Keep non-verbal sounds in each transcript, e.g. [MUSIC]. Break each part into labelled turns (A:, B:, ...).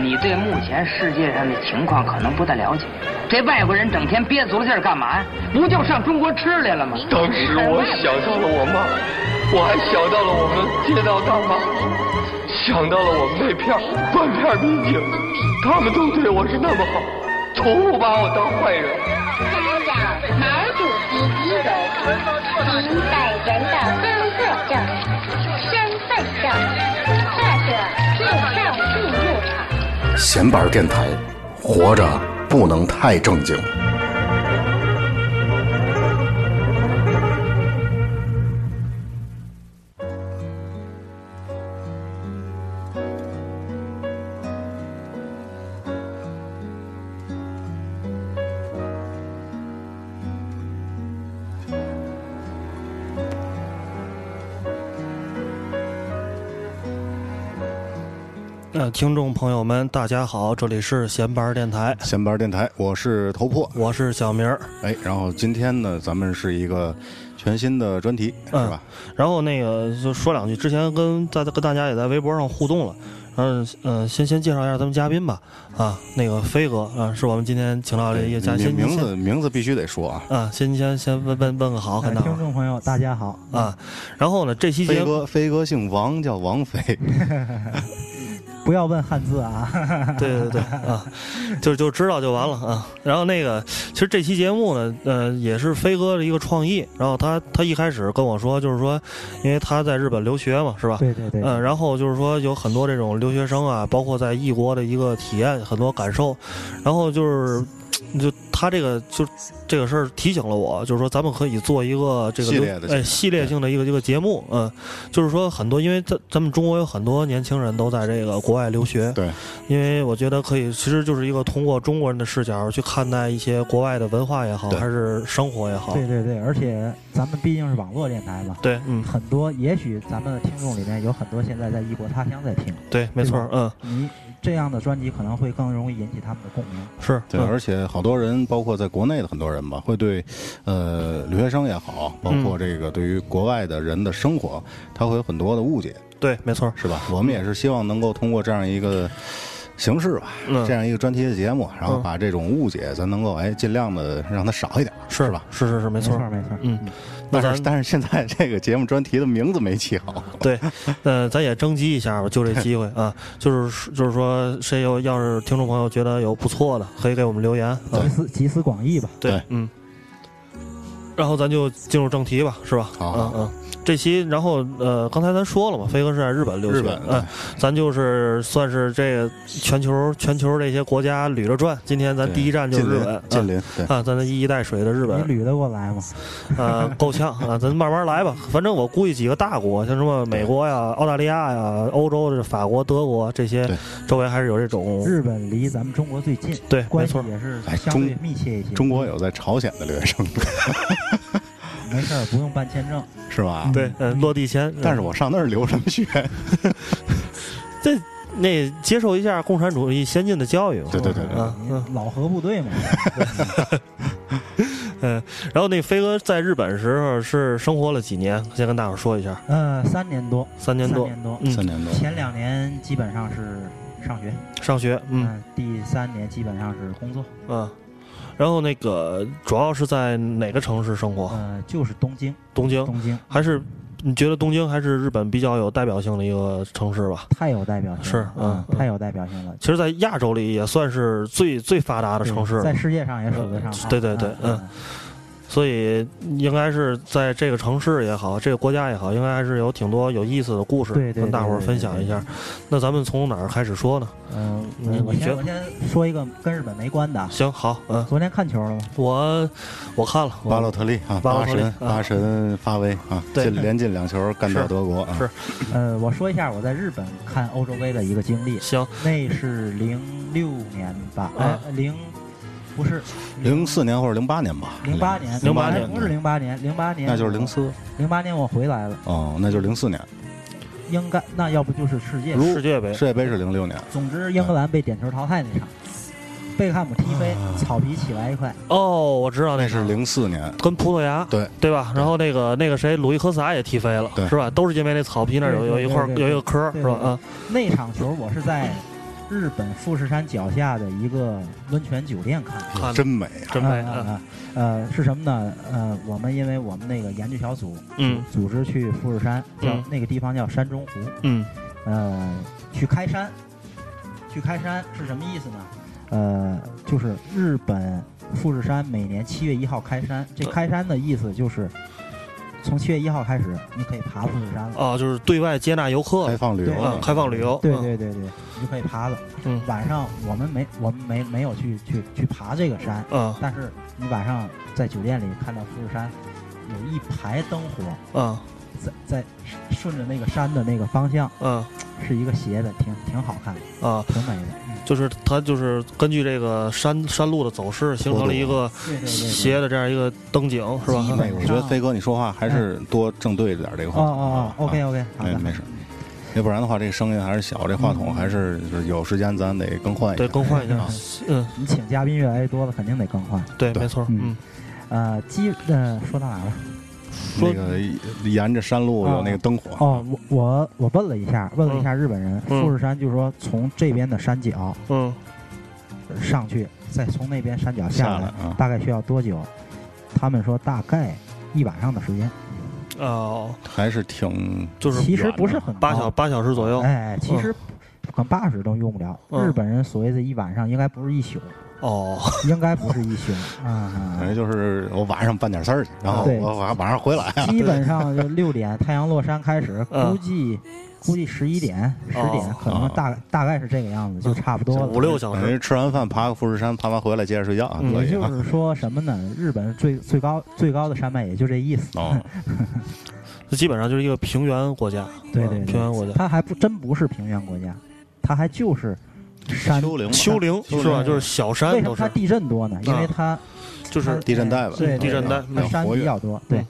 A: 你对目前世界上的情况可能不太了解。这外国人整天憋足了劲儿干嘛呀？不就上中国吃来了吗？
B: 当时我想到了我妈，我还想到了我们街道大妈，想到了我们那片儿断片儿民警，他们都对我是那么好，从不把我当坏人。
C: 家长毛主席遗容，您本人的工作证、身份证，或者护照记录。
D: 闲板电台，活着不能太正经。
E: 呃，听众朋友们，大家好，这里是闲班儿电台，
D: 闲板电台，我是头破。
E: 我是小明儿。
D: 哎，然后今天呢，咱们是一个全新的专题，
E: 嗯
D: 是吧？
E: 然后那个就说两句，之前跟在跟大家也在微博上互动了。嗯嗯、呃先先介绍一下咱们嘉宾吧。啊，那个飞哥啊，是我们今天请到的一个嘉
D: 名
E: 宾。
D: 名
E: 先
D: 字名字必须得说啊，
E: 啊，先先先问问问个好，跟大伙
F: 听
E: 儿
F: 众朋友，大家好。
E: 啊。然后呢，这期节
D: 哎飞
E: 目
D: 哥飞哥姓王，叫王飞。
E: 嗯
F: 不要问汉字
E: [LAUGHS]
F: 啊，
E: 对对对啊， [LAUGHS] 就就知道就完了啊。然后那个，其实这期节目呢，呃，也是飞哥的一个创意。然后他他一开始跟我说，就是说，因为他在日本留学嘛，是吧？
F: 对对对，
E: 嗯，然后就是说有很多这种留学生啊，包括在异国的一个体验，很多感受。然后就是，就他这个就这个事儿提醒了我，就是说咱们可以做一个这个
D: 系
E: 留
D: 列的节
E: 哎
D: 目
E: 系列性的一个一个节目，嗯，就是说很多，因为咱咱们中国有很多年轻人都在这个国外留学，
D: 对，
E: 因为我觉得可以，其实就是一个通过中国人的视角去看待一些国外的文化也好，
D: 对
E: 还是生活也好，
F: 对对对，而且咱们毕竟是网络电台嘛，
E: 对，嗯，
F: 很多也许咱们的听众里面有很多现在在异国他乡在听，
E: 对，没错
F: 对吧，
E: 嗯，
F: 你这样的专辑可能会更容易引起他们的共鸣。
E: 是，
D: 对，
E: 嗯
D: 而且好多人，包括在国内的很多人吧，会对，呃，留学生也好，包
E: 嗯
D: 括这个对于国外的人的生活，他会有很多的误解，
E: 对，没错，
D: 是吧？我们也是希望能够通过这样一个形式吧，
E: 嗯
D: 这样一个专题的节目，然后
E: 嗯
D: 把这种误解，咱能够哎尽量的让它少一点，是吧？
E: 是是是，没
F: 没
E: 错，
F: 没错，
E: 嗯，那
D: 但
E: 咱
D: 是但是现在这个节目专题的名字没起
E: [LAUGHS]
D: 好，
E: 对，呃，咱也征集一下吧，就这
D: [LAUGHS]
E: 机会啊，就是就是说，谁有要是听众朋友觉得有不错的，可以给我们留言啊。
F: 集思集思广益吧。
D: 对
E: 嗯。然后咱就进入正题吧，是吧？
D: 好
E: 嗯嗯。这期，然后呃，刚才咱说了嘛，飞哥是在日本留学，
D: 日本
E: 嗯、咱就是算是这个全球全球这些国家捋着转。今天咱
D: 对
E: 第一站就是
D: 近
E: 日
D: 邻
E: 本，
D: 近
E: 啊
D: 邻，对，
E: 啊，咱这一衣带水的日本
F: 你，捋得过来吗？
E: 呃，够呛啊，咱慢慢来吧。反正我估计几个大国，像什么美国呀、澳大利亚呀、欧洲的法国、德国这些
D: 对，
E: 周围还是有这种
F: 日本离咱们中国最近，
E: 对，没
F: 关系
E: 错，
F: 也是
D: 哎
F: 相
D: 中
F: 对密切一些。
D: 中国有在朝鲜的留学生， [LAUGHS]
F: 没事儿，不用办签证。
D: 是吧？
E: 对，嗯，落地签。
D: 但
E: 是
D: 是我上那儿留什么学？
E: 那接受一下共产主义先进的教育嘛。
D: 对对对对
E: 啊嗯
F: 老核部
E: [LAUGHS]
F: 队嘛，
E: 然后那飞哥在日本时候是生活了几年？先跟大伙说一下，
F: 呃，三年多，
E: 三年
F: 三
E: 多，
F: 年多，
D: 三年多，
F: 前两年基本上是上学，
E: 上学，嗯
F: 嗯，第三年基本上是工作，
E: 嗯。然后那个主要是在哪个城市生活？
F: 呃，就是东京，
E: 东京，
F: 东京
E: 还是你觉得东京还是日本比较有代表性的一个城市吧？
F: 太有代表性了，
E: 是嗯嗯
F: 太有代表性了，
E: 其实，在亚洲里也算是最最发达的城市了
F: 嗯在，世界上也数得上
E: 呃
F: 啊号，
E: 对对对嗯所以应该是在这个城市也好，这个国家也好，应该还是有挺多有意思的故事
F: 对对对
E: 跟大伙儿
F: 对对
E: 分享一下。那咱们从哪儿开始说呢？
F: 嗯，
E: 你
F: 呃，我
E: 你觉
F: 先
E: 得
F: 我先说一个跟日本没关的啊，
E: 行，好，嗯，
F: 昨天看
E: [CLEARS THROAT]
F: 球了吗？
E: 我我看了，我
D: 巴洛特利啊，
E: 巴洛
D: 八
E: 特利
D: 神
E: 啊
D: 八神发威啊，
E: 对
D: 进连进两球干掉
E: 是
D: 德国啊，
E: 是
F: 呃，我说一下我在日本看欧洲杯的一个经历，
E: 行，
F: 那是零六年吧，哎
E: 啊，
F: 零不是
D: 零四年或者零八年吧，
F: 零八年，
E: 08
F: 哎不是零八年，零八年
D: 那就是零
E: 嗯
D: 四
F: 零八年我回来了，
D: 哦，那就是零四年，
F: 应该那要不就是世界杯
E: 世界杯
D: 世界杯是零六年，
F: 总之，英格兰被点球淘汰那场，贝克汉姆踢飞，
E: 啊
F: 草皮起来一块，
E: 哦，我知道那
D: 那是零四年，
E: 跟葡萄牙
D: 对
E: 对吧？然后那个那个谁，鲁伊科萨也踢飞了，
D: 对
E: 是吧？都是因为那草皮那儿有有啊
F: 对对
E: 一块儿
F: 对对
E: 有一个壳儿，
F: 对
E: 是
F: 对
E: 吧？啊，
F: 那场球我是在日本富士山脚下的一个温泉酒店看。
E: 看
D: 真美啊！
E: 真美
F: 啊啊
E: 啊，
F: 啊！呃，是什么呢？呃，我们因为我们那个研究小组
E: 嗯
F: 组织去富士山，叫、
E: 嗯
F: 那个地方叫山中湖，
E: 嗯
F: 呃，去开山，去开山是什么意思呢？呃，就是日本富士山每年七月一号开山，这
E: 呃
F: 开山的意思就是从七月一号开始，你可以爬富士山了。
E: 啊，就是对外接纳游客
D: 开放旅游
F: 哦对
E: 啊
D: 了，，
E: 开放旅游，
F: 对
E: 嗯
F: 对对对，你就可以爬了。
E: 嗯
F: 晚上我们没我们没没有去去去爬这个山，
E: 啊
F: 但是你晚上在酒店里看到富士山，有一排灯火，
E: 啊
F: 在在顺着那个山的那个方向
E: 啊
F: 是一个斜的，挺挺好看的，
E: 啊，
F: 挺美的。嗯，
E: 就是它就是根据这个山山路的走势形成了一个
F: 对对对对。
E: 斜的这样一个灯景，是吧
F: 基？本
D: 哎我觉得
F: 上
D: 飞哥你说话还是多正对着点这个话
F: 嗯哦哦哦，OK
D: 啊
F: OK，好
D: 没
F: 的，
D: 没事。要不然的话，这个声音还是小，这话
F: 嗯
D: 筒还是就是有时间咱得更换一下。
E: 对，更换一下
D: 啊，
E: [LAUGHS] 嗯，
F: 你请嘉宾越来越多了，肯定得更换。
E: 对，
D: 对
E: 没错，
F: 嗯
E: 嗯，
F: 呃，基呃，说到哪儿了？
D: 那个沿着山路有那个灯火，
F: 哦，我我我问了一下，问了一下日本人，
E: 嗯
F: 富士山就是说从这边的山脚
E: 嗯，
F: 上去，再从那边山脚下
D: 来
F: 来，
D: 啊，
F: 大概需要多久？他们说大概一晚上的时间，
E: 哦，
D: 还是挺
E: 就是
F: 其实不是很
E: 八
F: 高
E: 小八小时左右，
F: 哎，其实可能八十都用不了。
E: 嗯
F: 日本人所谓的一晚上，应该不是一宿，
E: 哦，
F: 应该不是一宿啊
D: 等。于就是我晚上办点事儿去，然后
F: 对嗯
D: 我晚晚上回来
E: [LAUGHS]
D: 啊，
F: 基本上就六点太阳落山开始，
E: 嗯
F: 估计估计十一点十
E: 哦嗯
F: 点，可能大大概是这个样子，就差不多了。
E: [LAUGHS]
F: 哎
E: 五六
D: [LAUGHS]
E: 小
D: 等
E: 时
D: 于，吃完饭爬个富士山，爬完回来接着睡觉啊，
E: 嗯
D: 可
F: 也
D: 以
F: 就
D: 啊。
F: 是说什么呢？日本最最高最高的山脉也就这意思。
D: 哦，
E: 这基本上就是一个平原国家，
F: 对
E: 嗯
F: 对
E: 平原
F: 对，
E: 国家，
F: 它还不真不是平原国家，它还就是山。
D: 丘陵嘛
E: 丘陵
D: 丘陵
E: 是吧？就是小
F: 为
E: 山
F: 什
E: 都
F: 么它
E: 是，
F: 地震多呢？因为它
E: 就是
D: 地震带吧，
F: 对
E: 地震带
D: 啊
F: 它山
D: 活
F: 比
D: 跃
F: 较多。对
E: 嗯，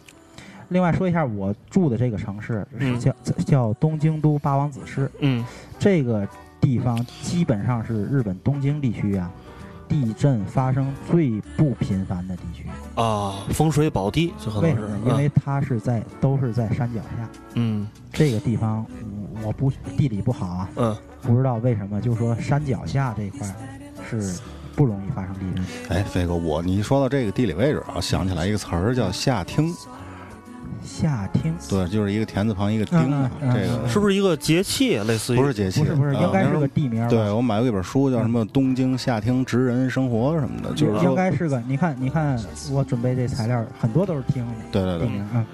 F: 另外说一下我住的这个城市
E: 嗯
F: 是叫叫东京都八王子市，
E: 嗯，
F: 这个地方基本上是日本东京地区啊，地震发生最不频繁的地区。
E: 啊，风水宝地，这可
F: 为
E: 能
F: 什
E: 是
F: 么？呢？因为它是在都是在山脚下。
E: 嗯
F: 这个地方我我不地理不好啊，
E: 嗯
F: 不知道为什么，就说山脚下这一块儿是不容易发生地震。
D: 哎，飞哥，我你一说到这个地理位置啊，想起来一个词儿叫下町，
F: 下町
D: 对，就是一个田字旁一个丁啊，
F: 嗯嗯嗯
D: 这个
E: 嗯，是不是一个节气，类似于
D: 不是节气，
F: 不是不是，
E: 呃
D: 啊
F: 应该是
D: 那时
F: 个
D: 候
F: 地名儿吧。嗯
D: 对我买过一本书，叫什么《东京下町职人生活》什么的，就是
F: 应
D: 说，
F: 该是个，你看，你看，我准备这材料儿很多都是町的
D: 对对
F: 地
D: 对，
F: 名，嗯，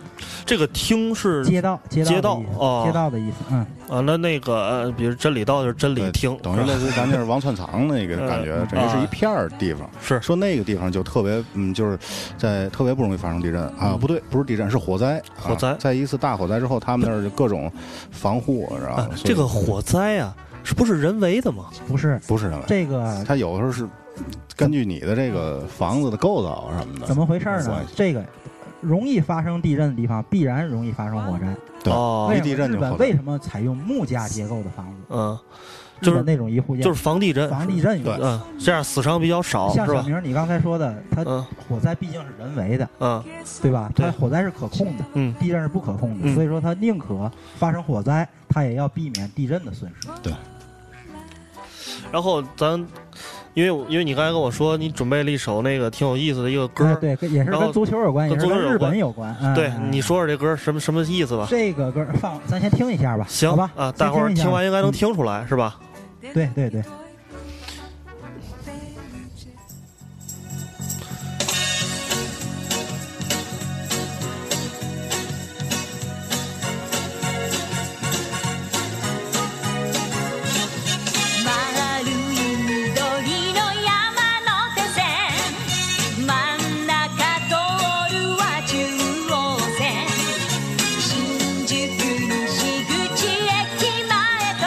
E: 这个厅是
F: 街道，街道的
E: 街道
F: 意思，
E: 哦
F: 街道的意思，嗯，
E: 啊，那那个呃比如真理道就是真理
D: 对
E: 厅，
D: 等于类似于咱这是王串藏那个感觉
E: 嗯，
D: 等于是一片儿地方。
E: 是
D: 说那个地方就特别，嗯，就是在特别不容易发生地震啊，
E: 嗯
D: 不对，不是地震，是火灾。啊
E: 火灾
D: 在一次大火灾之后，他们那儿就各种防护，然后
E: 啊，
D: 所以
E: 这个火灾啊，是不是人为的嘛？
F: 不是
D: 不是人为，
F: 这个
D: 它有的时候是根据你的这个房子的构造什么的。
F: 怎么回事儿
D: 没关
F: 呢
D: 系？
F: 这个容易发生地震的地方，必然容易发生火灾。
D: 对
E: 哦
F: 为
D: 一
F: 什么
D: 地震
F: 日
D: 就
F: 本
D: 火灾
F: 为什么采用木架结构的房子？
E: 嗯，
F: 日
E: 就是
F: 本那种一户建，
E: 就是
F: 是
E: 防地震，
F: 防地震用的。
E: 嗯，这样死伤比较少，
F: 像
E: 是
F: 小
E: 吧？
F: 明你刚才说的，它
E: 嗯
F: 火灾毕竟是人为的，
E: 嗯
F: 对吧？
E: 对
F: 它火灾是可控的，
E: 嗯
F: 地震是不可控的，
E: 嗯
F: 所以说它宁可发生火灾，它也要避免地震的损失。
E: 然后咱，因为我因为你刚才跟我说你准备了一首那个挺有意思的一个歌
F: 哎
E: 儿，
F: 对，跟也是
E: 然后
F: 跟足球有关，也
E: 跟足
F: 是
E: 球
F: 跟
E: 有
F: 日
E: 关
F: 本有关。哎
E: 对
F: 哎，
E: 你
F: 哎
E: 说说这歌儿什么什么意思吧？
F: 这个歌儿放，咱先听一下吧，
E: 行
F: 好吧？
E: 啊，
F: 先
E: 大伙儿
F: 一下
E: 听完应该能
F: 嗯
E: 听出来，是吧？
F: 对对对，
G: 「まるいみどりのやまの手線」「まんなかとおるは中央線」「新宿西口駅前と」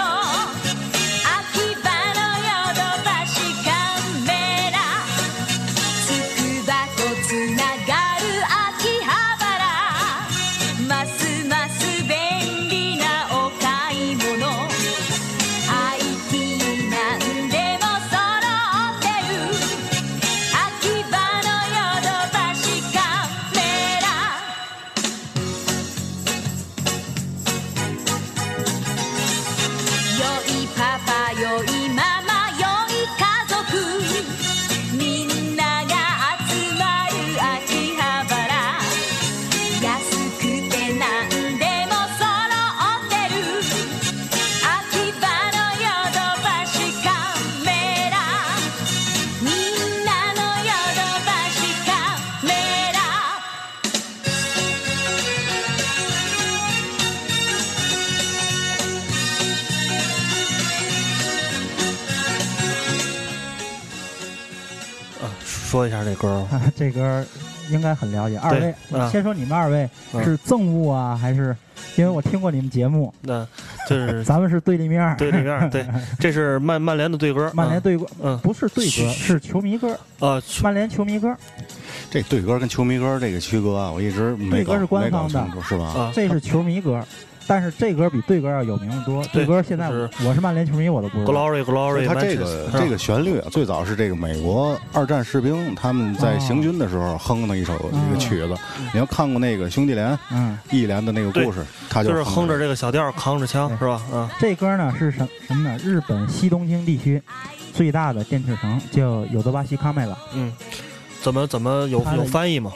G: 「秋葉の
E: 啊说一下这歌儿。
F: [LAUGHS] 这歌儿应该很了解。二位，
E: 对啊
F: 先说你们二位
E: 嗯
F: 是憎恶啊，还是因为我听过你们节目，
E: 那
F: [LAUGHS]
E: 就是
F: 咱们是对立面儿，
E: 对立面
F: [LAUGHS]
E: 儿，对，这是曼曼联的对歌儿。
F: 曼联对歌
E: 嗯，
F: 不是对
E: 嘘
F: 歌，是球迷歌，
E: 嗯啊，
F: 曼联球迷歌，
D: 这对歌跟球迷歌这个区隔啊，我一直没
F: 对
D: 搞
F: 歌是官
D: 没搞
F: 方的
D: 清楚是吧？
E: 啊，
F: 这是球迷歌。但是这歌比对歌要有名的多，
E: 对
F: 对歌现在
E: 就
F: 我
E: 是
F: 我是曼联球迷，我都不知道。
E: Glory Glory，
D: 它这个
E: Manchester，
D: 这个旋律啊，最早是这个美国二战士兵他们在
F: 哦
D: 行军的时候哼的一首一个曲子。你要看过那个兄弟连
F: 嗯，
D: 义连的那个故事，他
E: 嗯就是
D: 哼
E: 哼着
D: 这
E: 这个小调儿，扛着枪是吧？啊，
F: 这歌呢是什什么呢？日本西东京地区最大的电器城叫有德巴西康麦拉，
E: 嗯，怎么怎么有
F: 他的
E: 有翻译吗？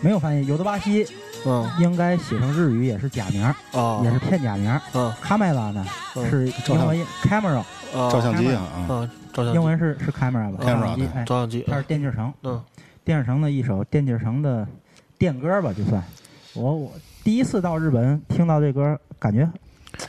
F: 没有翻译，有德巴西
E: 嗯
F: 应该写成日语也是假名儿，
E: 啊
F: 也是片假名儿。
E: 啊
F: 卡麦拉呢
E: 嗯
F: 是英文 camera，
E: 啊，
D: 照相机
F: 哦
D: 啊啊，
E: 啊，照相机
F: 英文是是 camera 吧？
D: camera，
F: 照相机
D: 对
F: 哎，
E: 照相机，
F: 它是电锯城，
E: 嗯，
F: 电锯城的一首电锯城的电歌吧，就算。我我第一次到日本听到这歌，感觉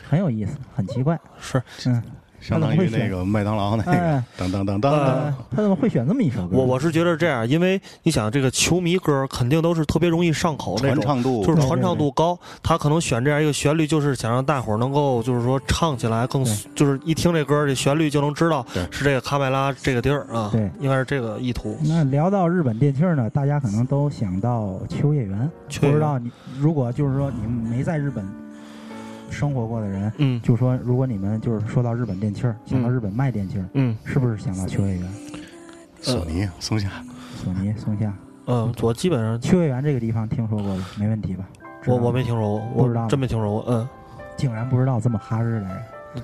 F: 很有意思，很奇怪。
E: 是
F: 嗯，
D: 相当于那个麦当劳那个
F: 哎
D: 当当当当
F: 呃
D: 当。，
F: 他怎么会选这么一首歌？
E: 我我是觉得这样，因为你想这个球迷歌儿肯定都是特别容易上口
D: 传
E: 那种。
D: 唱度
E: 就是
F: 对
E: 传
F: 对
E: 唱
F: 对
E: 度高，他可能选这样一个旋律，就是想让大伙儿能够，就是说唱起来更，就是一听这歌儿这旋律就能知道
D: 对
E: 是这个卡麦拉这个地儿啊，
F: 对
E: 应该是这个意图。
F: 那聊到日本电器儿呢，大家可能都想到秋叶原。
E: 秋
F: 不
E: 叶原
F: 知道你如果就是说你们没在日本生活过的人，
E: 嗯
F: 就说如果你们就是说到日本电器儿，想到日本卖电器儿，
E: 嗯
F: 是不是想到秋叶原、
D: 索尼
F: 呃
D: 松下
F: 索尼、松下？
E: 嗯，我基本上
F: 秋叶原这个地方听说过吧？没问题吧？知道
E: 我
F: 吗
E: 我没听说过，
F: 啊不知道
E: 我真没听说过。嗯，
F: 竟然不知道这么哈日的
E: [LAUGHS]
F: 人。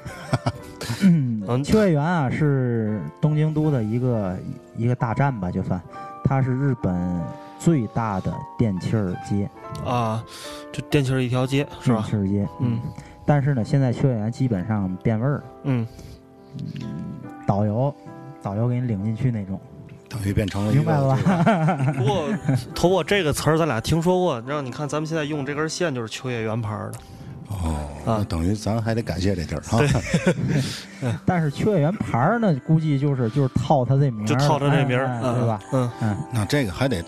F: 嗯，秋叶原啊是东京都的一个一个大站吧，就算它是日本最大的电器儿街，
E: 啊，就电器儿一条街是吧
F: 电？器儿街，
E: 嗯。
F: 但是呢，现在秋叶原基本上变味儿了，
E: 嗯，
F: 导游，导游给你领进去那种，
D: 等于变成
E: 哎
D: 了一
F: 明白了啊
D: 个
F: 吧？
E: 嗯不过头过这个词儿咱俩听说过，让你看咱们现在用这根线就是秋叶原牌儿的。
D: 哦，
E: 啊
D: 那等于咱还得感谢这地儿啊哈。
F: [LAUGHS] 但是秋叶原牌儿呢，估计就是就是套它这名儿，
E: 就套着这名儿
F: 哎，哎
E: 嗯
F: 对吧？？
E: 嗯，
D: 那这个还得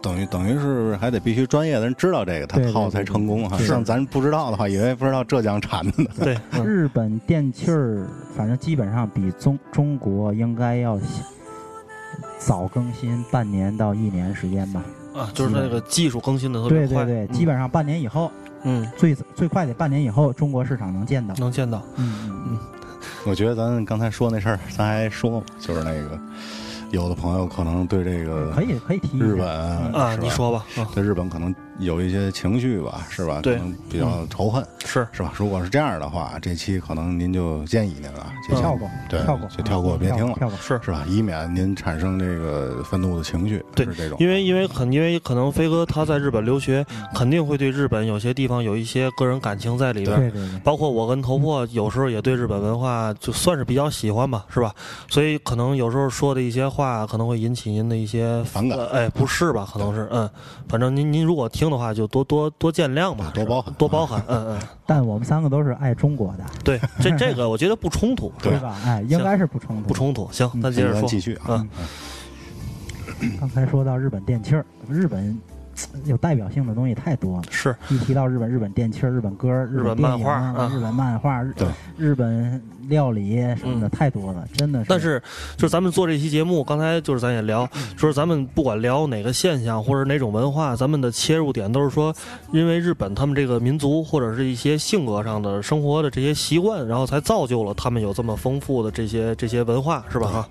D: 等于等于是还得必须专业的人知道这个，他
F: 对对
D: 套
F: 对
D: 才
F: 对
D: 成功哈。啊
F: 是
D: 像咱不知道的话，以为不知道浙江产的呢。
F: [LAUGHS]
E: 对，嗯
F: 日本电器儿，反正基本上比中中国应该要早更新半年到一年时间吧。
E: 啊，就是那个技术更新的特别
F: 对
E: 快，
F: 对对，
E: 嗯
F: 基本上半年以后，
E: 嗯
F: 最最快得半年以后，中国市场能见到。
E: 能见到。
F: 嗯嗯嗯，
D: 我觉得咱刚才说那事儿，咱还说吧，就是那个有的朋友可能对这个
F: 嗯可以可以提一嗯下
D: 日本
E: 啊，
D: 是吧
E: 你说吧，啊，
D: 对日本可能有一些情绪吧，是吧？
E: 对
D: 可能比较仇恨，
E: 是
D: 是吧？如果是这样的话，这期可能您就建议您了，就
F: 跳过
D: 对，
F: 跳过
D: 就跳过，
F: 啊
D: 别听了，
F: 跳过。
E: 是，
D: 是吧？以免您产生这个愤怒的情绪，
E: 对
D: 是这种。
E: 因为因为可因为可能飞哥他在日本留学，
F: 嗯
E: 肯定会对日本有些地方有一些个人感情在里边
F: 对
E: 儿。
F: 对对，
E: 包括我跟头破有时候也对日本文化就算是比较喜欢吧，是吧？所以可能有时候说的一些话可能会引起您的一些
D: 反感
E: 呃哎，不适吧？可能是嗯，反正您您如果听的话，就多多多见谅吧，
D: 多
E: 是吧
D: 包涵
E: 多包涵，嗯嗯，
F: 但我们三个都是爱中国的，
E: 对，这这个我觉得不冲突，是
F: 对
E: 吧？
F: 吧？哎，应该是不冲突。
E: 不冲突，行，那
D: 嗯
E: 接
D: 咱
E: 着
D: 咱
E: 说，
D: 继续啊。
E: 嗯
F: 刚才说到日本电器儿，日本嘖有代表性的东西太多了。
E: 是
F: 一提到日本，日本电器儿、日本歌儿、
E: 日
F: 本
E: 本
F: 电影
E: 漫画
F: 儿、
E: 啊
F: 日本漫画、日
D: 对
F: 日本料理什么的
E: 嗯
F: 太多了，真的是。
E: 但是，就是咱们做这期节目，刚才就是咱也聊，就是咱们不管聊哪个现象或者哪种文化，咱们的切入点都是说，因为日本他们这个民族或者是一些性格上的生活的这些习惯，然后才造就了他们有这么丰富的这些这些文化，是吧？哈，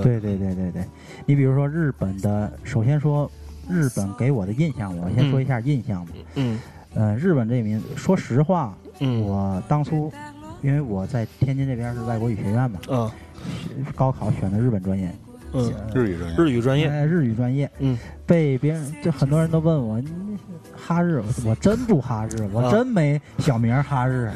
F: 对对对对对，你比如说日本的，首先说日本给我的印象，我先
E: 嗯
F: 说一下印象吧。
E: 嗯
F: 呃，日本这民，说实话，
E: 嗯
F: 我当初因为我在天津这边是外国语学院嘛，
E: 啊
F: 高考选的日本专业，
E: 嗯，
D: 日语专业，
E: 日语专业，
F: 哎，日语专业，
D: [LAUGHS]
E: 嗯， [LAUGHS]
F: 被别人就很多人都问我，你哈日，我我真不哈日，我
E: 啊
F: 真没小名哈日，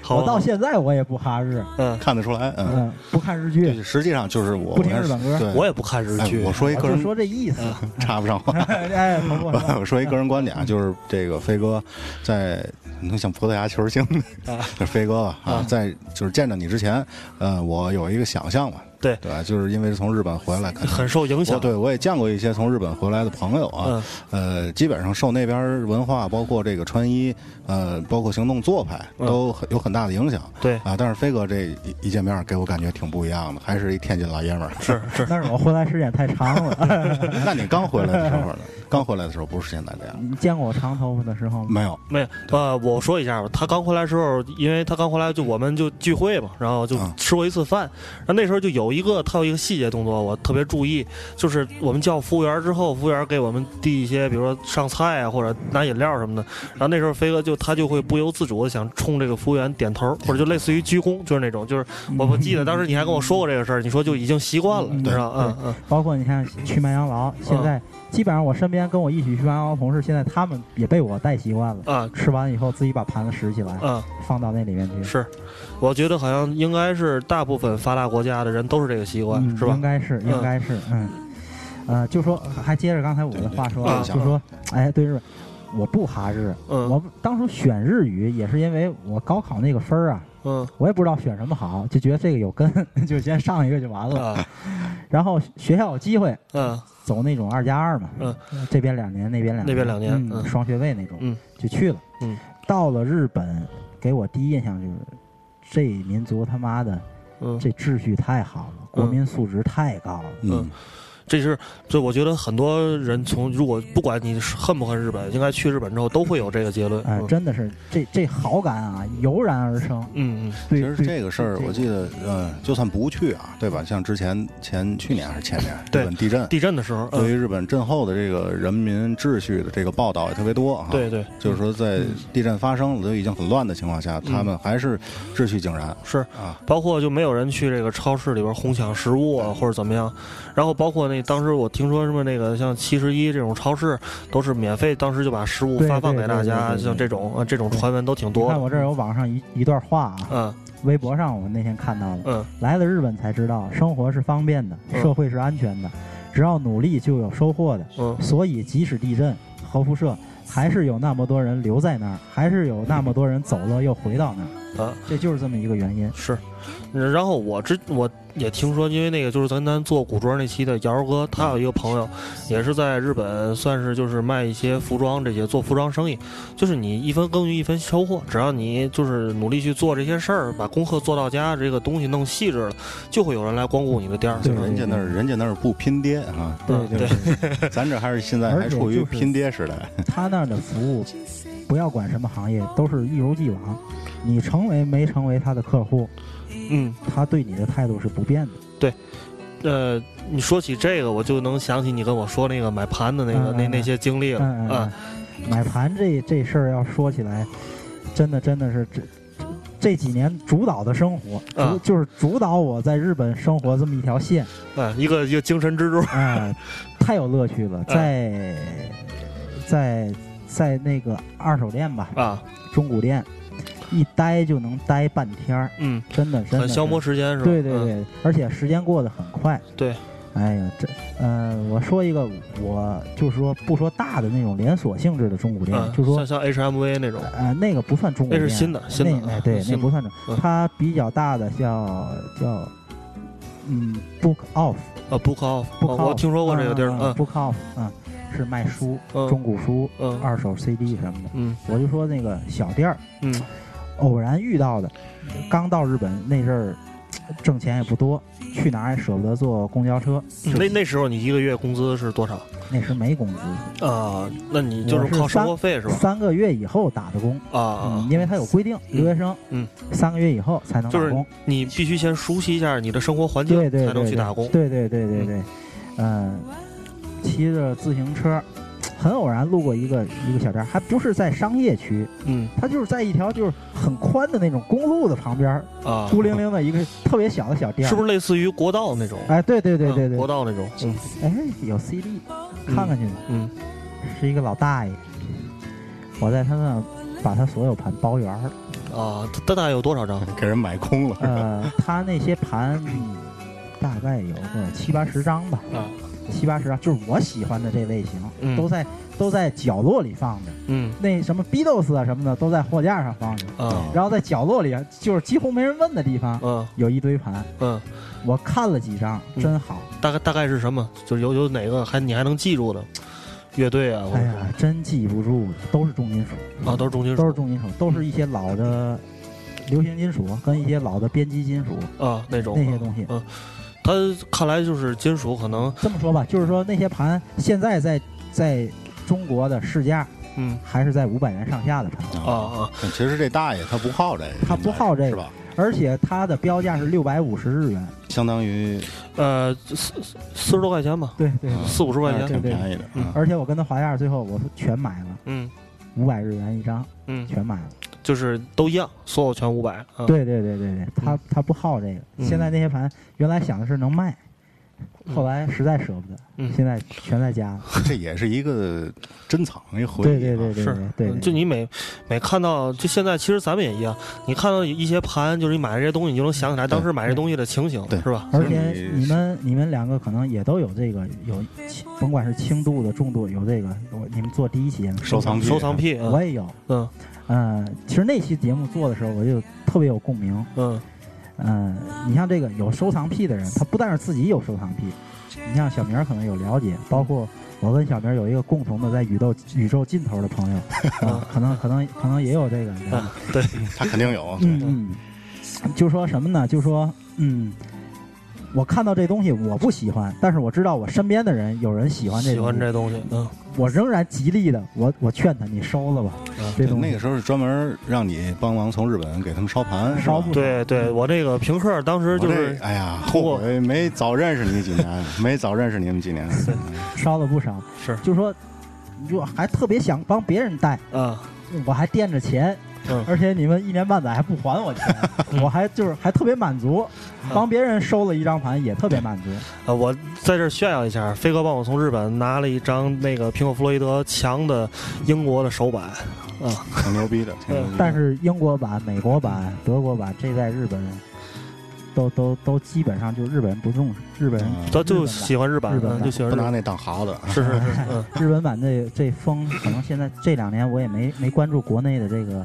E: 好，
F: 我到
E: 好
F: 现在我也不哈日，
E: 嗯，
D: 看得出来，哦嗯。
F: 嗯，不看日
D: 对，
F: 剧，
D: 实际上就是我
F: 不听日本歌
D: 对
E: 我也不看日
D: 哎
E: 剧，
D: 我说一
F: 我
D: 个
F: 啊就
D: 人嗯
F: 说这意思，
D: [LAUGHS] 插不上话。
F: [LAUGHS] 哎，头部
D: [LAUGHS] 我说一个人观
E: 嗯
D: 点啊，就是这个飞哥在能像葡萄牙啊
E: 啊
D: 球星，就是飞哥吧啊，在就是见着你之前，呃，我有一个想象嘛，
E: 对，
D: 对吧，就是因为是从日本回来，肯定
E: 很啊受影响。
D: 我对我也见过一些从日本回来的朋友
E: 嗯
D: 啊，呃，基本上受那边文化，包括这个穿衣，呃，包括行动做派，都很有很大的影响。
E: 嗯对
D: 啊，但是飞哥这一一见面，给我感觉挺不一样的，还是一天津老爷们儿。
E: 是是，
F: 但是我回来时间太长了。
D: [LAUGHS] 那你刚回来的时候呢？刚回来的时候不是现在这样？
F: 你见过我长头发的时候吗？
D: 没有，
E: 没有，呃，我说一下吧，他刚回来的时候，因为他刚回来就我们就聚会嘛，然后就
D: 嗯
E: 吃过一次饭，然后那时候就有一个他有一个细节动作我特别注意，就是我们叫服务员之后，服务员给我们递一些，比如说上菜啊或者拿饮料什么的，然后那时候飞哥就他就会不由自主的想冲这个服务员点头，或者就类似于鞠躬，就是那种，就是我我记得当时你还跟我说过这个事儿，你说就已经习惯了，
F: 嗯
E: 你知道，嗯嗯，
F: 包括你看去麦当劳，现
D: 嗯
F: 在基本上我身边跟我一起去麦当劳的同事，现在他们也被我带习惯了。
D: 嗯
E: 啊
F: 吃完以后自己把盘子拾起来，
E: 啊。
F: 放到那里面去，
E: 是，我觉得好像应该是大部分发达国家的人都是这个习惯，
F: 嗯
E: 是吧
F: 应？该是，应该是，嗯，呃，就说还接着刚才我的话说啊，
D: 对对
F: 就说，哎，对日本，我不哈日，
E: 嗯
F: 我当初选日语也是因为我高考那个分儿啊，
E: 嗯
F: 我也不知道选什么好，就觉得这个有根， [LAUGHS] 就先上一个就完了。
E: 啊
F: 然后学校有机会
E: 嗯
F: 走那种二加二嘛，
E: 嗯，
F: 这边两年，那边两
E: 那
F: 年，
E: 边两年
F: 嗯
E: 嗯
F: 双学位那种，
E: 嗯，
F: 就去了。
E: 嗯，
F: 到了日本，给我第一印象就是，这民族他妈的
E: 嗯，
F: 这秩序太好了，国民素质太高了。
D: 嗯，
E: 这是这，我觉得很多人从如果不管你是恨不恨日本，应该去日本之后都会有这个结论。
F: 哎、
E: 嗯
F: 真的是这这好感啊，油然而生。
E: 嗯嗯
D: 其
F: 对，
D: 实
F: 对
D: 这个事儿，我记得，呃，就算不去啊，对吧？像之前前去年还是前年，
E: 对
D: 日本地震，
E: 地震的时候，
D: 对于
E: 嗯，
D: 日本震后的这个人民秩序的这个报道也特别多啊。
E: 对对
D: 就是说在
F: 嗯
D: 地震发生了都已经很乱的情况下，他们还是秩序井然
E: 是。
D: 啊。
E: 包括就没有人去这个超市里边哄抢食物啊，或者怎么样。然后包括那当时我听说什么那个像七十一这种超市都是免费，当时就把食物
F: 对
E: 发放
F: 对
E: 给
F: 对
E: 大
F: 对
E: 家，
F: 对对
E: 像这种啊这种传闻都挺
F: 你
E: 多
F: 看
E: 的。
F: 我这儿有网上一一段话啊，
E: 嗯
F: 微博上我那天看到了，
E: 嗯
F: 来了日本才知道，生活是方便的，
E: 嗯
F: 社会是安全的，只要努力就有收获的。
E: 嗯
F: 所以即使地震、核辐射，还是有那么多人留在那儿，还是有那么多人走了又回到那儿，
D: 嗯
E: 啊。
F: 这就是这么一个原因。
E: 是，然后我之我也听说，因为那个就是咱咱做古着那期的瑶瑶哥，他有一个朋友，也是在日本，算是就是卖一些服装这些做服装生意，就是你一分耕耘一分收获，只要你就是努力去做这些事儿，把功课做到家，这个东西弄细致了，就会有人来光顾你的店儿。
F: 对
D: 人家那儿，人家那儿不拼爹啊，
E: 嗯
F: 对
E: 对
F: 对，
D: 咱这还是现在还处于拼爹时代。
F: 他那儿的服务，不要管什么行业，都是一如既往。你成为没成为他的客户，
E: 嗯。
F: 他对你的态度是不变的。
E: 呃，你说起这个，我就能想起你跟我说那个买盘的那个、
F: 嗯
E: 那
F: 嗯
E: 那些经历了
F: 嗯嗯，
E: 啊
F: 嗯，买盘这这事儿要说起来，真的真的是这这这几年主导的生活，主
E: 嗯
F: 就是主导我在日本生活这么一
E: [LAUGHS]
F: 条线，
E: 啊，一个一个精神支柱。
F: 哎，太有乐趣了，在
E: 嗯
F: 在在那个二手店吧，
E: 啊，
F: 中古店一待就能待半天儿，
E: 嗯，
F: 真的真的
E: 很
F: 是
E: 消磨时间是吧？
F: 对对
E: 嗯
F: 对，而且时间过得很快。
E: 对，
F: 哎呀，这呃，我说一个，我就是说不说大的那种连锁性质的中古店，
E: 嗯，
F: 就说
E: 像像 HMV 那种，
F: 呃那个不算中古
E: 那
F: 店，
E: 是新的新的
F: 那哎
E: 嗯
F: 对，
E: 新
F: 那
E: 的
F: 不算中，
E: 嗯
F: 它比较大的叫叫嗯 Book Off，
E: 啊，Book Off，
F: Book
E: 啊
F: Off，
E: 我听说过这个地儿，嗯
F: b o o k Off 啊，是卖书，
E: 嗯
F: 中古书、
E: 嗯
F: 二手 CD 什么的。
E: 嗯
F: 我就说那个小店儿，
E: 嗯
F: 偶然遇到的，刚到日本那阵儿，挣钱也不多，去哪儿也舍不得坐公交车，
E: 嗯，那那时候你一个月工资是多少？
F: 那是没工资，
E: 啊，那你就是靠生活费是吧？
F: 三个月以后打的工，
E: 啊啊
F: 嗯，，因为它有规定，留学生，
E: 嗯，
F: 三个月以后才能打
E: 就是
F: 工，
E: 你必须先熟悉一下你的生活环境
F: 对，对
E: 才能去
F: 对
E: 打工。
F: 对对对对对，嗯，骑着自行车，很偶然路过一个一个小店儿，还不是在商业区，
E: 嗯
F: 它就是在一条就是很宽的那种公路的旁边儿，
E: 啊，
F: 孤零零的一个特别小的小店儿，
E: 是不是类似于国道那种？
F: 哎，对对对
E: 嗯
F: 对
E: 国
F: 对，
E: 道那种。嗯
F: 哎，有 CD，看看去吧。
E: 嗯
F: 是一个老大爷，我在他那儿把他所有盘包圆
E: [LAUGHS]
F: 儿。
E: 啊，它它大概有多少张？
D: 给人买空了，
F: 嗯呃，他那些盘大概有个七八十张吧，
E: 啊
F: 七八十啊，就是我喜欢的这类型，
E: 嗯
F: 都在都在角落里放着。
E: 嗯
F: 那什么 Beatles 啊什么的都在货架上放着，
E: 啊
F: 然后在角落里啊，就是几乎没人问的地方，
E: 嗯
F: 有一堆盘。
E: 嗯，
F: 我看了几张，
E: 嗯
F: 真好。
E: 大概大概是什么？就是有有哪个还你还能记住的乐队啊，或
F: 哎
E: 者
F: 呀，真记不住，都是重金属，
E: 啊都是嗯重金
F: 都
E: 属
F: 是重金属，都是一些老的流行金属啊跟一些老的编辑金属。
E: 啊那种
F: 那些东西
E: 嗯，他看来就是金属可能
F: 这么说吧，就是说那些盘现在在在中国的市价
E: 嗯
F: 还是在五百元上下的盘，
E: 啊啊
D: 但其实这大爷他不好这个，
F: 他不好这个
D: 是吧？
F: 而且它的标价是六百五十日元。
D: 相当于
E: 呃四四十多块钱吧，
F: 对对
D: 嗯
E: 四五十块
F: 啊
E: 钱，
D: 挺便宜的，
E: 嗯
D: 嗯
F: 而且我跟他划价，最后我全买了，
E: 嗯
F: 五百日元一张，
E: 嗯，
F: 全买了。
E: 就是都一样，所有全五百啊。
F: 对对对对对，他他不好这个。
E: 嗯
F: 现在那些盘原来想的是能卖，
E: 嗯
F: 后来实在舍不得，
E: 嗯
F: 现在全在家了。
D: 这也是一个珍藏一个回忆、啊。
F: 对对对对
E: 是嗯
F: 对对，对
E: 就你每每看到，就现在其实咱们也一样，你看到一些盘，就是你买这些东西，你就能想起来当时买这东西的情形，
D: 对
E: 是吧？
F: 而
D: 所以
F: 且
D: 你
F: 你们你们两个可能也都有这个有轻，甭管是轻度的、重度有这个，我你们做第一期节目
D: 收藏癖
E: 收藏癖，
F: 我
E: 嗯
F: 也有。
E: 嗯
F: 嗯，其实那期节目做的时候，我就特别有共鸣。
E: 嗯
F: 嗯，你像这个有收藏癖的人，他不但是自己有收藏癖，你像小明儿可能有了解，包括我跟小明儿有一个共同的在宇宙宇宙尽头的朋友，
D: [LAUGHS]
F: 啊，可能可能可能也有这个人，
E: 啊，对，
D: 他肯定有。对
F: 嗯嗯，就说什么呢？就说嗯，我看到这东西我不喜欢，但是我知道我身边的人有人喜欢这
E: 喜
F: 东西，
E: 欢这啊东西，嗯
F: 我仍然极力的，我我劝他你收了吧，这东西
D: 那个时候是专门让你帮忙从日本给他们烧盘，是吧
F: 烧不
E: 对对，我这个评课当时
D: 我
E: 就
D: 这
E: 是
D: 哎呀，
E: 通
D: 后
E: 过
D: 悔没早认识你几年， [LAUGHS] 没早认识你们几
F: [LAUGHS]
D: 年。
F: 烧了不少，
E: 是
F: 就说你就还特别想帮别人带。
E: 啊，
F: 我还垫着钱，
E: 嗯
F: 而且你们一年半载还不还我钱，
E: [LAUGHS]
F: 我还就是还特别满足，
E: 嗯
F: 帮别人收了一张盘也特别满足。
E: 啊我在这儿炫耀一下，飞哥帮我从日本拿了一张那个苹果弗洛伊德强的英国的手板，
D: 挺牛逼的，挺
E: 嗯
D: 牛逼的
F: 但是英国版、美国版、德国版，这在日本都都都基本上就日本人不重视，日本人、
D: 嗯
E: 他就喜欢日版
F: 日本，
E: 嗯
F: 版
E: 就喜欢
D: 不
E: 日
D: 拿
E: 版，
D: 那当哈子，
E: 是是是，
F: [LAUGHS]
E: 嗯
F: 日本版这这风，可能现在这两年我也没没关注国内的这个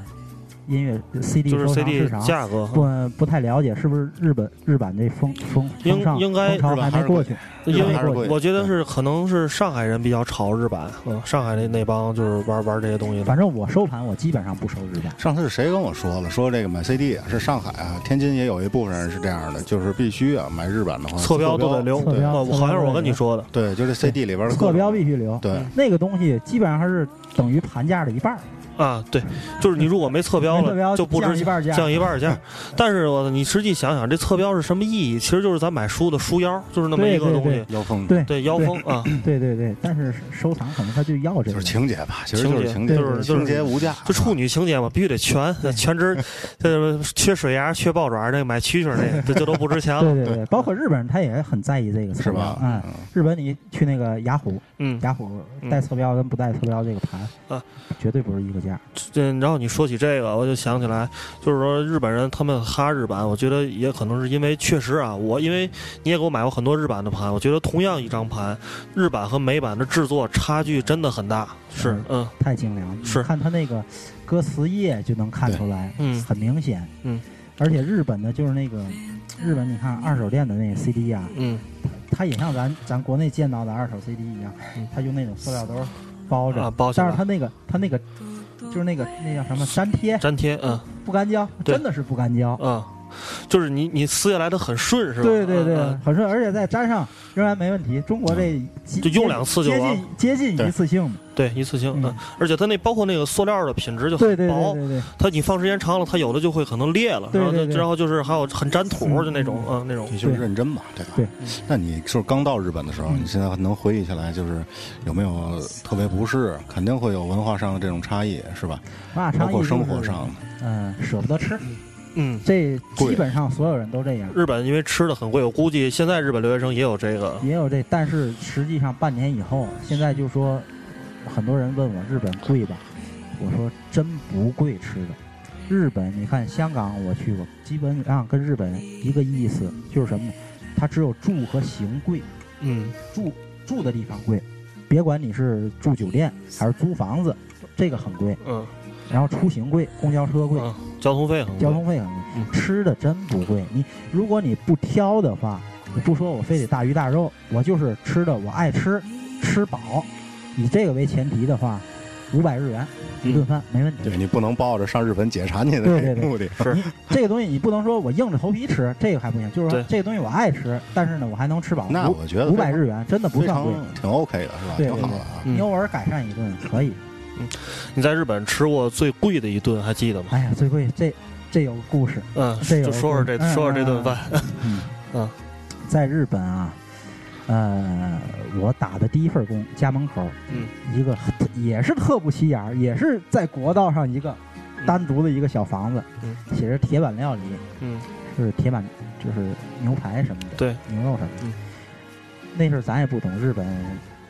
F: 音乐 CD
E: 就是
F: 收藏
E: CD
F: 市场。
E: 价格，
F: 不不太了解，是不是日本日版这风风
E: 应
F: 风尚
E: 应该
F: 风潮
D: 日本
F: 还
D: 还
F: 没
D: 是
F: 过
D: 贵
F: 去？
E: 因
F: 日
E: 为
F: 本还是
D: 贵
E: 我觉得
D: 对
E: 是可能是上海人比较潮日版，嗯，上海那那帮就是玩玩这些东西的，
F: 反正我收盘，我基本上不收日版。
D: 上次是谁跟我说了？说这个买 CD 啊，是上海啊，天津也有一部分人是这样的，就是必须啊买日版的话，
E: 侧标都得留，
F: 侧标
E: 啊
F: 侧标
E: 好像是
F: 都
E: 我
F: 得
E: 跟你
F: 留
E: 说的，
D: 对，就是 CD 里边的各种
F: 侧标嗯必须留。
D: 对，
F: 那个东西基本上是等于盘价的一半儿，
E: 啊，对，就是你如果没侧标
F: 没侧标
E: 了，就不
F: 降
E: 值
F: 一半价
E: 降一半
F: [LAUGHS]
E: 价。但是我你实际想想，这侧标是什么意义？其实就是咱买书的书腰，就是那么
F: 对
E: 一个
F: 对
E: 东
F: 对
E: 西，
D: 腰封，
F: 对
E: 对腰封啊，
F: 对对对，但是收藏可能他就要这
D: 就
F: 个
D: 是。情节吧，其实就是情
E: 情节
D: 节，
E: 就是就
D: 情
E: 是
D: 节无价，
E: 就处女情节嘛，必须得全
F: 对
E: 全值，呃，缺水牙、缺爆爪那个买蛐蛐儿那个，这这都不值钱
F: 对
E: 了。
F: 对对，包括日本人他也很在意这个
D: 是
F: 侧标
D: 吧？
F: 嗯，日本你去那个雅虎，
E: 嗯，
F: 雅虎带侧标跟不带侧标这个盘
E: 啊，
F: 绝对不是一个价。
E: 这然后你说起这个，我就想起来，就是说日本人他们哈日版，我觉得也可能是因为确实啊，我因为你也给我买过很多日版的盘，我觉得同样一张盘，日版和美版的制作差距真的很大。是，嗯
F: 太精良了，
E: 是
F: 你看他那个歌词页就能看出来，
E: 嗯
F: 很明显，
E: 嗯，
F: 而且日本的就是那个日本，你看二手店的那个 CD 啊，
E: 嗯
F: 它也像咱咱国内见到的二手 CD 一样
E: 嗯，
F: 它用那种塑料兜包着，
E: 啊，包起
F: 但
E: 来
F: 是它那个它那个就是那个那叫什么粘贴
E: 粘贴，嗯
F: 不干胶，
E: 对
F: 真的是不干胶，
E: 嗯，就是你你撕下来的很顺是吧？
F: 对对对
E: 嗯，
F: 很顺，而且再粘上仍然没问题。中国这几
E: 就用两次就
F: 接
E: 完
F: 近接近
D: 对
F: 一次性嘛，
E: 对一次性，嗯
F: 嗯，
E: 而且它那包括那个塑料的品质就
F: 对
E: 很
F: 对对
E: 薄，
F: 对对，
E: 它你放时间长了，它有的就会可能裂了，
F: 对
E: 然后
F: 对
E: 就
F: 对
E: 然后就是还有很粘土
F: 嗯
E: 就那种，嗯，那种
D: 你就是认真嘛，对吧？
F: 对。
D: 那你就是刚到日本的时候，
F: 嗯
D: 你现在能回忆起来，就是有没有特别不适？肯定会有文化上的这种差异，是吧？
F: 那
D: 包
F: 长
D: 括生活上，
F: 嗯，舍不得吃，
E: 嗯。
F: 这
D: 贵
F: 基本上所有人都这样，
E: 日本因为吃的很贵，我估计现在日本留学生也有这个，
F: 也有这，但是实际上半年以后，啊现在就说很多人问我日本贵吧，我说真不贵吃的。日本，你看香港我去过，基本上跟日本一个意思，就是什么呢？它只有住和行贵，
E: 嗯
F: 住住的地方贵，别管你是住酒店还是租房子，这个很贵。
E: 嗯
F: 然后出行贵，公交车贵，
E: 嗯，交通费很贵
F: 交通费很贵，
E: 嗯
F: 吃的真不贵。你如果你不挑的话，你不说我非得大鱼大肉，我就是吃的我爱吃，吃饱，以这个为前提的话，五百日元一顿饭、没问题。
D: 对你不能抱着上日本解馋去的
F: 对
D: 这
F: 对
D: 个
F: 对
D: 目的。
F: 你这个东西你不能说我硬着头皮吃，这个还不行。就是
E: 对
F: 说这个东西我爱吃，但是呢我还能吃饱。
D: 那我觉得
F: 五百日元真的不
D: 非
F: 算
D: 常
F: 贵，
D: 挺 OK 的是吧？
F: 对
D: 挺
F: 对
D: 好
F: 对
D: 的啊。
E: 嗯
F: 你偶尔改善一顿可以。
E: 你在日本吃过最贵的一顿还记得吗？
F: 哎
E: [LAUGHS]
F: 呀，最贵这这有故事，
E: 嗯，
F: 这有
E: 就说说这
F: 嗯
E: 说说这顿饭。
F: 嗯
E: 嗯
F: 在日本啊，呃，我打的第一份工，家门口，
E: 嗯，
F: 一个特也是特不起眼儿，也是在国道上一个单独的一个小房子，
E: 嗯
F: 写着铁板料理，
E: 嗯
F: 是铁板，就是牛排什么的，
E: 对，
F: 牛肉什么的。
E: 嗯
F: 那阵儿咱也不懂日本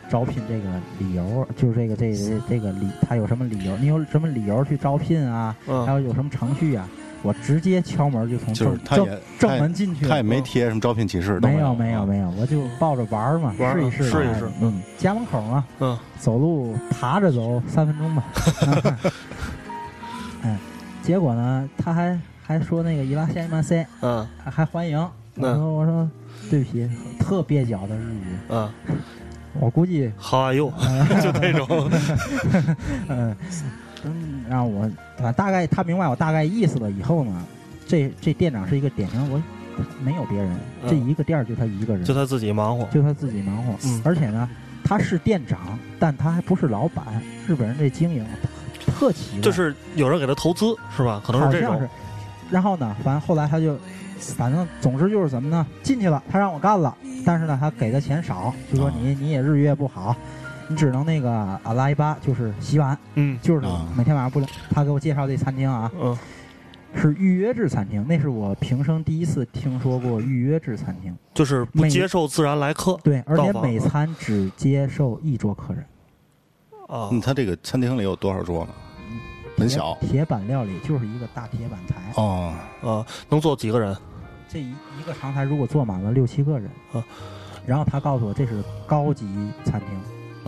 F: 招聘这个理由，就是这个这个、这个理，他有什么理由？你有什么理由去招聘啊？还
E: 嗯
F: 有有什么程序啊？我直接敲门就从
D: 就是
F: 正
D: 他
F: 正
D: 也他
F: 正
D: 也
F: 门进去了，
D: 他也没啊贴什么招聘启事，都
F: 没有没有没有，我就抱着玩儿嘛，
E: 玩儿
F: 试一试，
E: 试一
F: 哎
E: 试
F: 嗯，家门口嘛，
E: 嗯
F: 走路爬着走三
D: [LAUGHS]
F: 分钟吧。哎，结果呢，他还还说那个伊拉夏伊曼塞，
E: 嗯
F: 还还欢迎。我
E: 嗯
F: 说我说对不起，特蹩脚的日语，
E: 嗯，
F: 我估计
E: 好啊
F: [LAUGHS]
E: 哟，就那种。
F: 嗯，嗯，让我反正大概他明白我大概意思了以后呢，这这店长是一个典型，我没有别人，这
E: 嗯
F: 一个店儿就他一个人，
E: 就他自己忙活。
F: 就他自己忙活。
E: 嗯
F: 而且呢，他是店长，但他还不是老板。日本人这经营特特奇怪，
E: 就是有人给他投资是吧？可能
F: 好
E: 是这
F: 像
E: 种
F: 是。。然后呢，反正后来他就，反正总之就是怎么呢？进去了，他让我干了，但是呢，他给的钱少，就说
D: 啊
F: 你、你也日月不好，你只能那个阿拉伊巴，就是洗碗，
E: 嗯
F: 就是
D: 啊
F: 每天晚上不了。他给我介绍这餐厅啊，
E: 嗯
F: 是预约制餐厅，那是我平生第一次听说过预约制餐厅。
E: 就是不
F: 每
E: 接受自然来客
F: 对，而且
E: 到访
F: 每餐只接受一桌客人。
E: 啊
D: 嗯。。他这个餐厅里有多少桌呢？很
F: 铁
D: 小
F: 铁板料理就是一个大铁板台，
D: 哦，
E: 啊，能坐几个人？
F: 这一一个长台如果坐满了六七个人
E: 啊，
F: 然后他告诉我这是高级餐厅，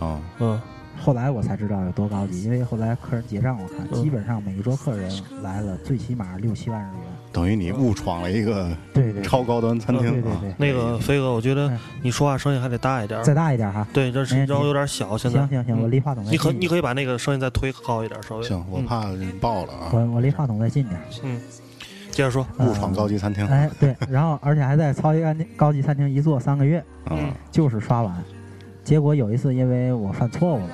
D: 哦，
E: 嗯
F: 后来我才知道有多高级，因为后来客人结账我看，
D: 哦
E: 嗯
F: 基本上每一桌客人来了最起码六七万日元，
D: 等于你误闯了一个
F: 对对，
D: 超高端餐
F: 对
D: 厅
F: 对
D: 啊
F: 对。
E: 那个飞哥，我觉得
F: 嗯
E: 你说话声音还得大一点儿。
F: 再大一点哈，
E: 对，这
F: 没
E: 声
F: 问题
E: 音有点小，现
F: 行
E: 在。
F: 行行，我
E: 嗯
F: 离话筒再
E: 你可
F: 近
E: 你
F: 一点，
E: 可以把那个声音再推高一点，稍微。
D: 行，我
E: 嗯
D: 怕爆了啊！
F: 我我离话筒再近点，
E: 嗯，接着说。
D: 误闯高
F: 级，
D: 级餐厅，
F: 哎对，然后而且还在超级高级餐厅一坐三个月，
D: 嗯，
F: 就是刷碗。结果有一次，因为我犯错误了，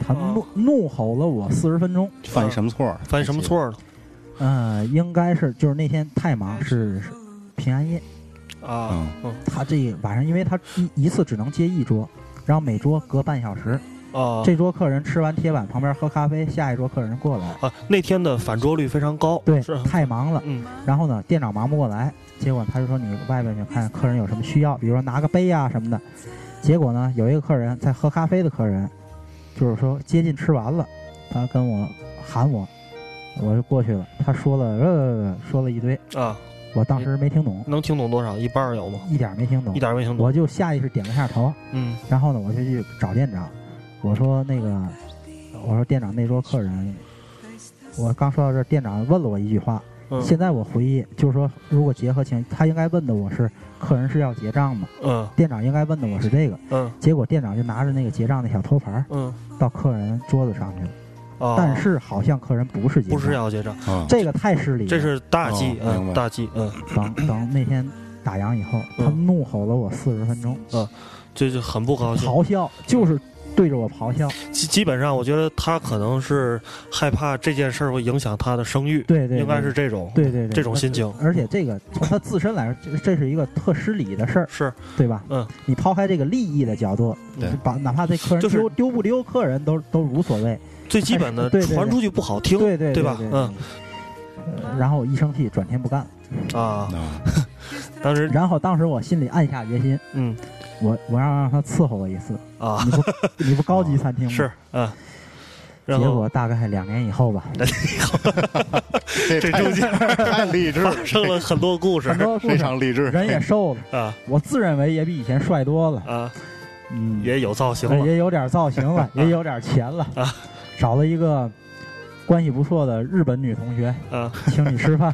F: 他
D: 哦
F: 怒怒吼了我四十分钟。
D: 犯一什么错儿？
E: 嗯犯什么错了？
F: 呃，应该是就是那天太忙，是是平安夜。
E: 啊，嗯
F: 他这晚上，因为他一一次只能接一桌，然后每桌隔半小时。
E: 啊，
F: 这桌客人吃完铁板，旁边喝咖啡，下一桌客人过来。
E: 啊，那天的反桌率非常高。
F: 对
E: 是，
F: 太忙了。
E: 嗯
F: 然后呢，店长忙不过来，结果他就说你外边去看客人有什么需要，比如说拿个杯啊什么的。结果呢，有一个客人在喝咖啡的客人，就是说接近吃完了，他跟我喊我，我就过去了。他说了呃说了一堆，
E: 啊，
F: 我当时没听懂，
E: 能听懂多少？一半儿有吗？
F: 一点儿没听懂
E: 一，点儿没听懂。
F: 我就下意识点了一下头，
E: 嗯
F: 然后呢，我就去找店长，我说那个，我说店长那桌客人，我刚说到这儿，店长问了我一句话，
E: 嗯
F: 现在我回忆，就是说，如果结合情，他应该问的我是客人是要结账吗？
E: 嗯
F: 店长应该问的我是这个。
E: 嗯
F: 结果店长就拿着那个结账那小托盘儿
E: 嗯
F: 到客人桌子上去了，
E: 啊，
F: 但是嗯好像客人不是结账，
E: 不是要结账，
D: 啊，
F: 这个太失礼了。
E: 这是大忌，
D: 哦明
E: 嗯，
D: 白
E: 大忌，嗯。
F: 等等那天打烊以后，他
E: 嗯
F: 怒吼了我四十分钟，
E: 这就很不高兴。
F: 咆哮就是对着我咆哮。
E: 基基本上，我觉得他可能是害怕这件事儿会影响他的声誉，
F: 对对，
E: 应该
F: 对
E: 是这种。
F: 对对对
E: 这种心情
F: 而且这个从他自身来说，这这是一个特失礼的事儿，
E: 是，
F: 对吧？
E: 嗯，
F: 你抛开这个利益的角度，
D: 对
F: 把哪怕这客人
E: 就是
F: 丢丢不丢客人都都无所谓，
E: 最基本的
F: 哎对对对
E: 传出去不好听，
F: 对对
E: 对
F: 对
E: 吧嗯
F: 呃然后我一生气，转天不干了。
E: 啊。
D: 啊
E: 当时，
F: 然后当时我心里暗下决心，
E: 嗯
F: 我我要让他伺候我一
E: [LAUGHS]
F: 次。
E: 啊
F: 你，不你不高级餐厅吗？
E: 是。嗯，然
F: 结
E: 后
F: 果大概两年以后吧，
D: 这
E: 这
D: 太
E: 中间 [LAUGHS]
D: 太励志，
E: 发生了很多故事
F: 很多故
D: 非
F: 事，
D: 常励志。
F: 人也瘦了，
E: 啊
F: 我自认为也比以前帅多了。
E: 啊
F: 嗯，
E: 也有造型
F: 呃
E: 了。啊
F: 也有点造
E: [LAUGHS]
F: 型了，也有点钱了，找了一个关系不错的日本女同学
E: 嗯，
F: 请你
E: [LAUGHS]
F: 吃饭，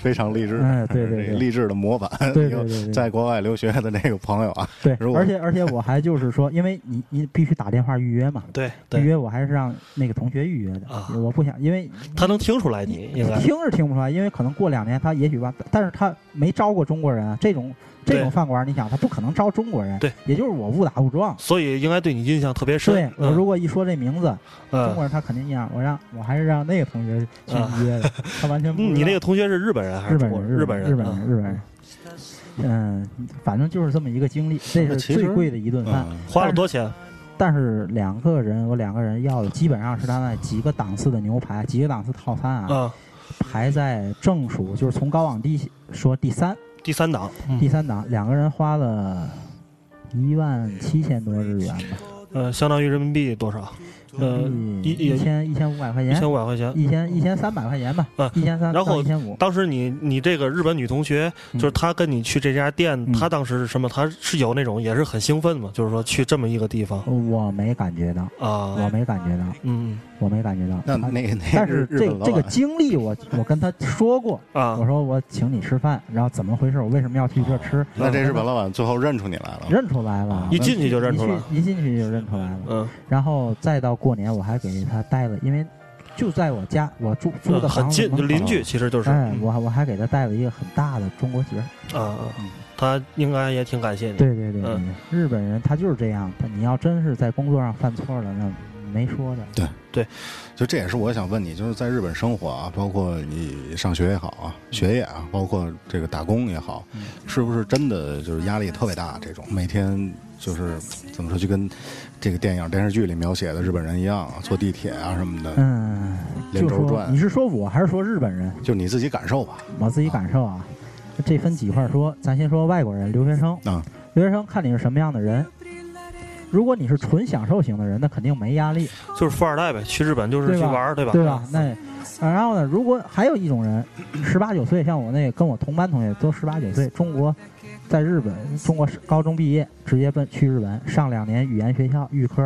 D: 非常励志。
F: 哎对对对
D: 这励志的模板。
F: 对对对对
D: 有在国外留学的那个朋友啊，
F: 对
D: 如，果
F: 而且而且我还就是说，因为你你必须打电话预约嘛，
E: 对
F: 预
E: [LAUGHS] 对，
F: 约我还是让那个同学预约的
E: 啊，
F: 我不想因为
E: 他能听出来你应该
F: 听是听不出来，因为可能过两年他也许吧，但是他没招过中国人啊，这种这种
E: 对
F: 饭馆，你想他不可能招中国人，
E: 对，
F: 也就是我误打误撞。
E: 所以应该对你印象特别深。
F: 对我如果一说这名字，中
E: 嗯啊
F: 国人他肯定一样，我让我还是让那个同学去预约
E: [LAUGHS]
F: 的，他完全不知
E: 嗯，
F: 道。
E: 你那个同学是日本人还
F: 日
E: 是中
F: 本
E: 国
F: 人，
E: 人？日
F: 本
E: 本
F: 人，
E: 人，啊
F: 日本人，日本人。嗯，反正就是这么一个经历，这是
E: 那其
F: 最
E: 实
F: 贵的一顿饭。
D: 嗯，
E: 花了多少钱？
F: 但是两个人，我两个人要的基本上是他那几个档次的牛排，几个档次套餐啊，
E: 嗯，
F: 排在正数，就是从高往低说第三，
E: 第三档。
F: 第
E: 嗯，
F: 三档两个人花了一万七千多日元吧，
E: 呃，相当于人民币多少？
F: 哎
E: 呃，一
F: 一
E: 一
F: 千一千五百块
E: 一
F: 钱，
E: 千五百块钱。
F: 一千一千三百块钱吧
E: 嗯，
F: 一千三
E: 然后
F: 一千五，
E: 当时你你这个日本女同学，就是她跟你去这家店，
F: 嗯
E: 她当时是什么？她是有那种也是很兴奋嘛，就是说去这么一个地方
F: 我没感觉到，我
E: 啊，
F: 没感觉到，
E: 嗯
F: 我没感觉到。
D: 那
F: 他
D: 那个那
F: 但
D: 日
F: 是
D: 日
F: 这
D: 本老
F: 这个
D: 板嗯
F: 经历我，我跟他说过，
E: 啊
F: 我，说我请你吃饭，然后怎么回事？我为什么要去这吃？
D: 那这日
F: 嗯
D: 本老板最后认出你来了，
F: 认出来了，
E: 一进去就认出来
F: 一去一进去就认出来了。
E: 嗯，
F: 然后再到过年，我还给他带了，因为就在我家，我住住的
E: 嗯很
F: 房子
E: 近，
F: 门
E: 就
F: 口
E: 邻居其实就是
F: 哎，
E: 嗯
F: 我还我还给他带了一个很大的中国结
D: 嗯
F: 儿。
E: 啊，她应该也挺感谢你。
F: 嗯对对对对
E: 嗯
F: 对，日本人他就是这样，他你要真是在工作上犯错了，那没说的。
D: 就这也是我想问你，就是在日本生活啊，包括你上学也好啊，学业啊，包括这个打工也好，
E: 嗯
D: 是不是真的就是压力特别大？这种每天就是怎么说，就跟这个电影电视剧里描写的日本人一样，坐地铁啊什么的，
F: 嗯，
D: 连
F: 就
D: 轴
F: 说
D: 转
F: 你，是说我还是说日本人？
D: 就你自己感受吧。
F: 我自己感受啊，这分几块儿说。咱先说外国人留学生，
D: 啊，
F: 留学生看你是什么样的人。如果你是纯享受型的人，那肯定没压力，
E: 就是富二代呗，去日本就是
F: 对
E: 去
F: 吧？
E: 玩儿，对吧？嗯
F: 对吧？那呃然后呢？如果还有一种人，十八九岁，像我那跟我同班同学都十八九岁，中国在日本，中国高中毕业直接奔去日本上两年语言学校预科，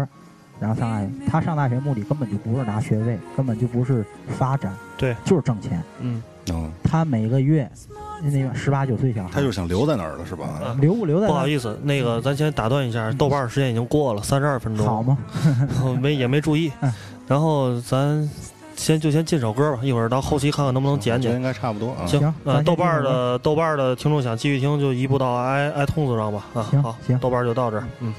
F: 然后上大学。他上大学目的根本就不是拿学位，根本就不是发展，
E: 对，
F: 就是挣钱。
E: 嗯，
D: 嗯，
F: 他每个月那个十八九岁小孩，
D: 他就想留在那儿了，是吧？
E: 嗯
F: 留不留在
E: 不
F: 那嗯
E: 好
F: 儿
E: 意思，那个咱先打断一下，豆瓣儿时间已经过了三十二分钟，
F: 好吗？
E: 我 [LAUGHS] 没也没注意
F: 嗯。
E: 然后咱先就先进首歌吧，一会儿到后期看看能不能剪
D: 觉得
E: 剪。
D: 应该差不多啊。
E: 行
F: 行，咱
E: 呃，
F: 先
E: 豆瓣儿
F: 进首
E: 的豆瓣儿的听众想继续听，就移步到 i i 通子上吧。啊，
F: 行
E: 好
F: 行，
E: 豆瓣儿就到这儿。嗯，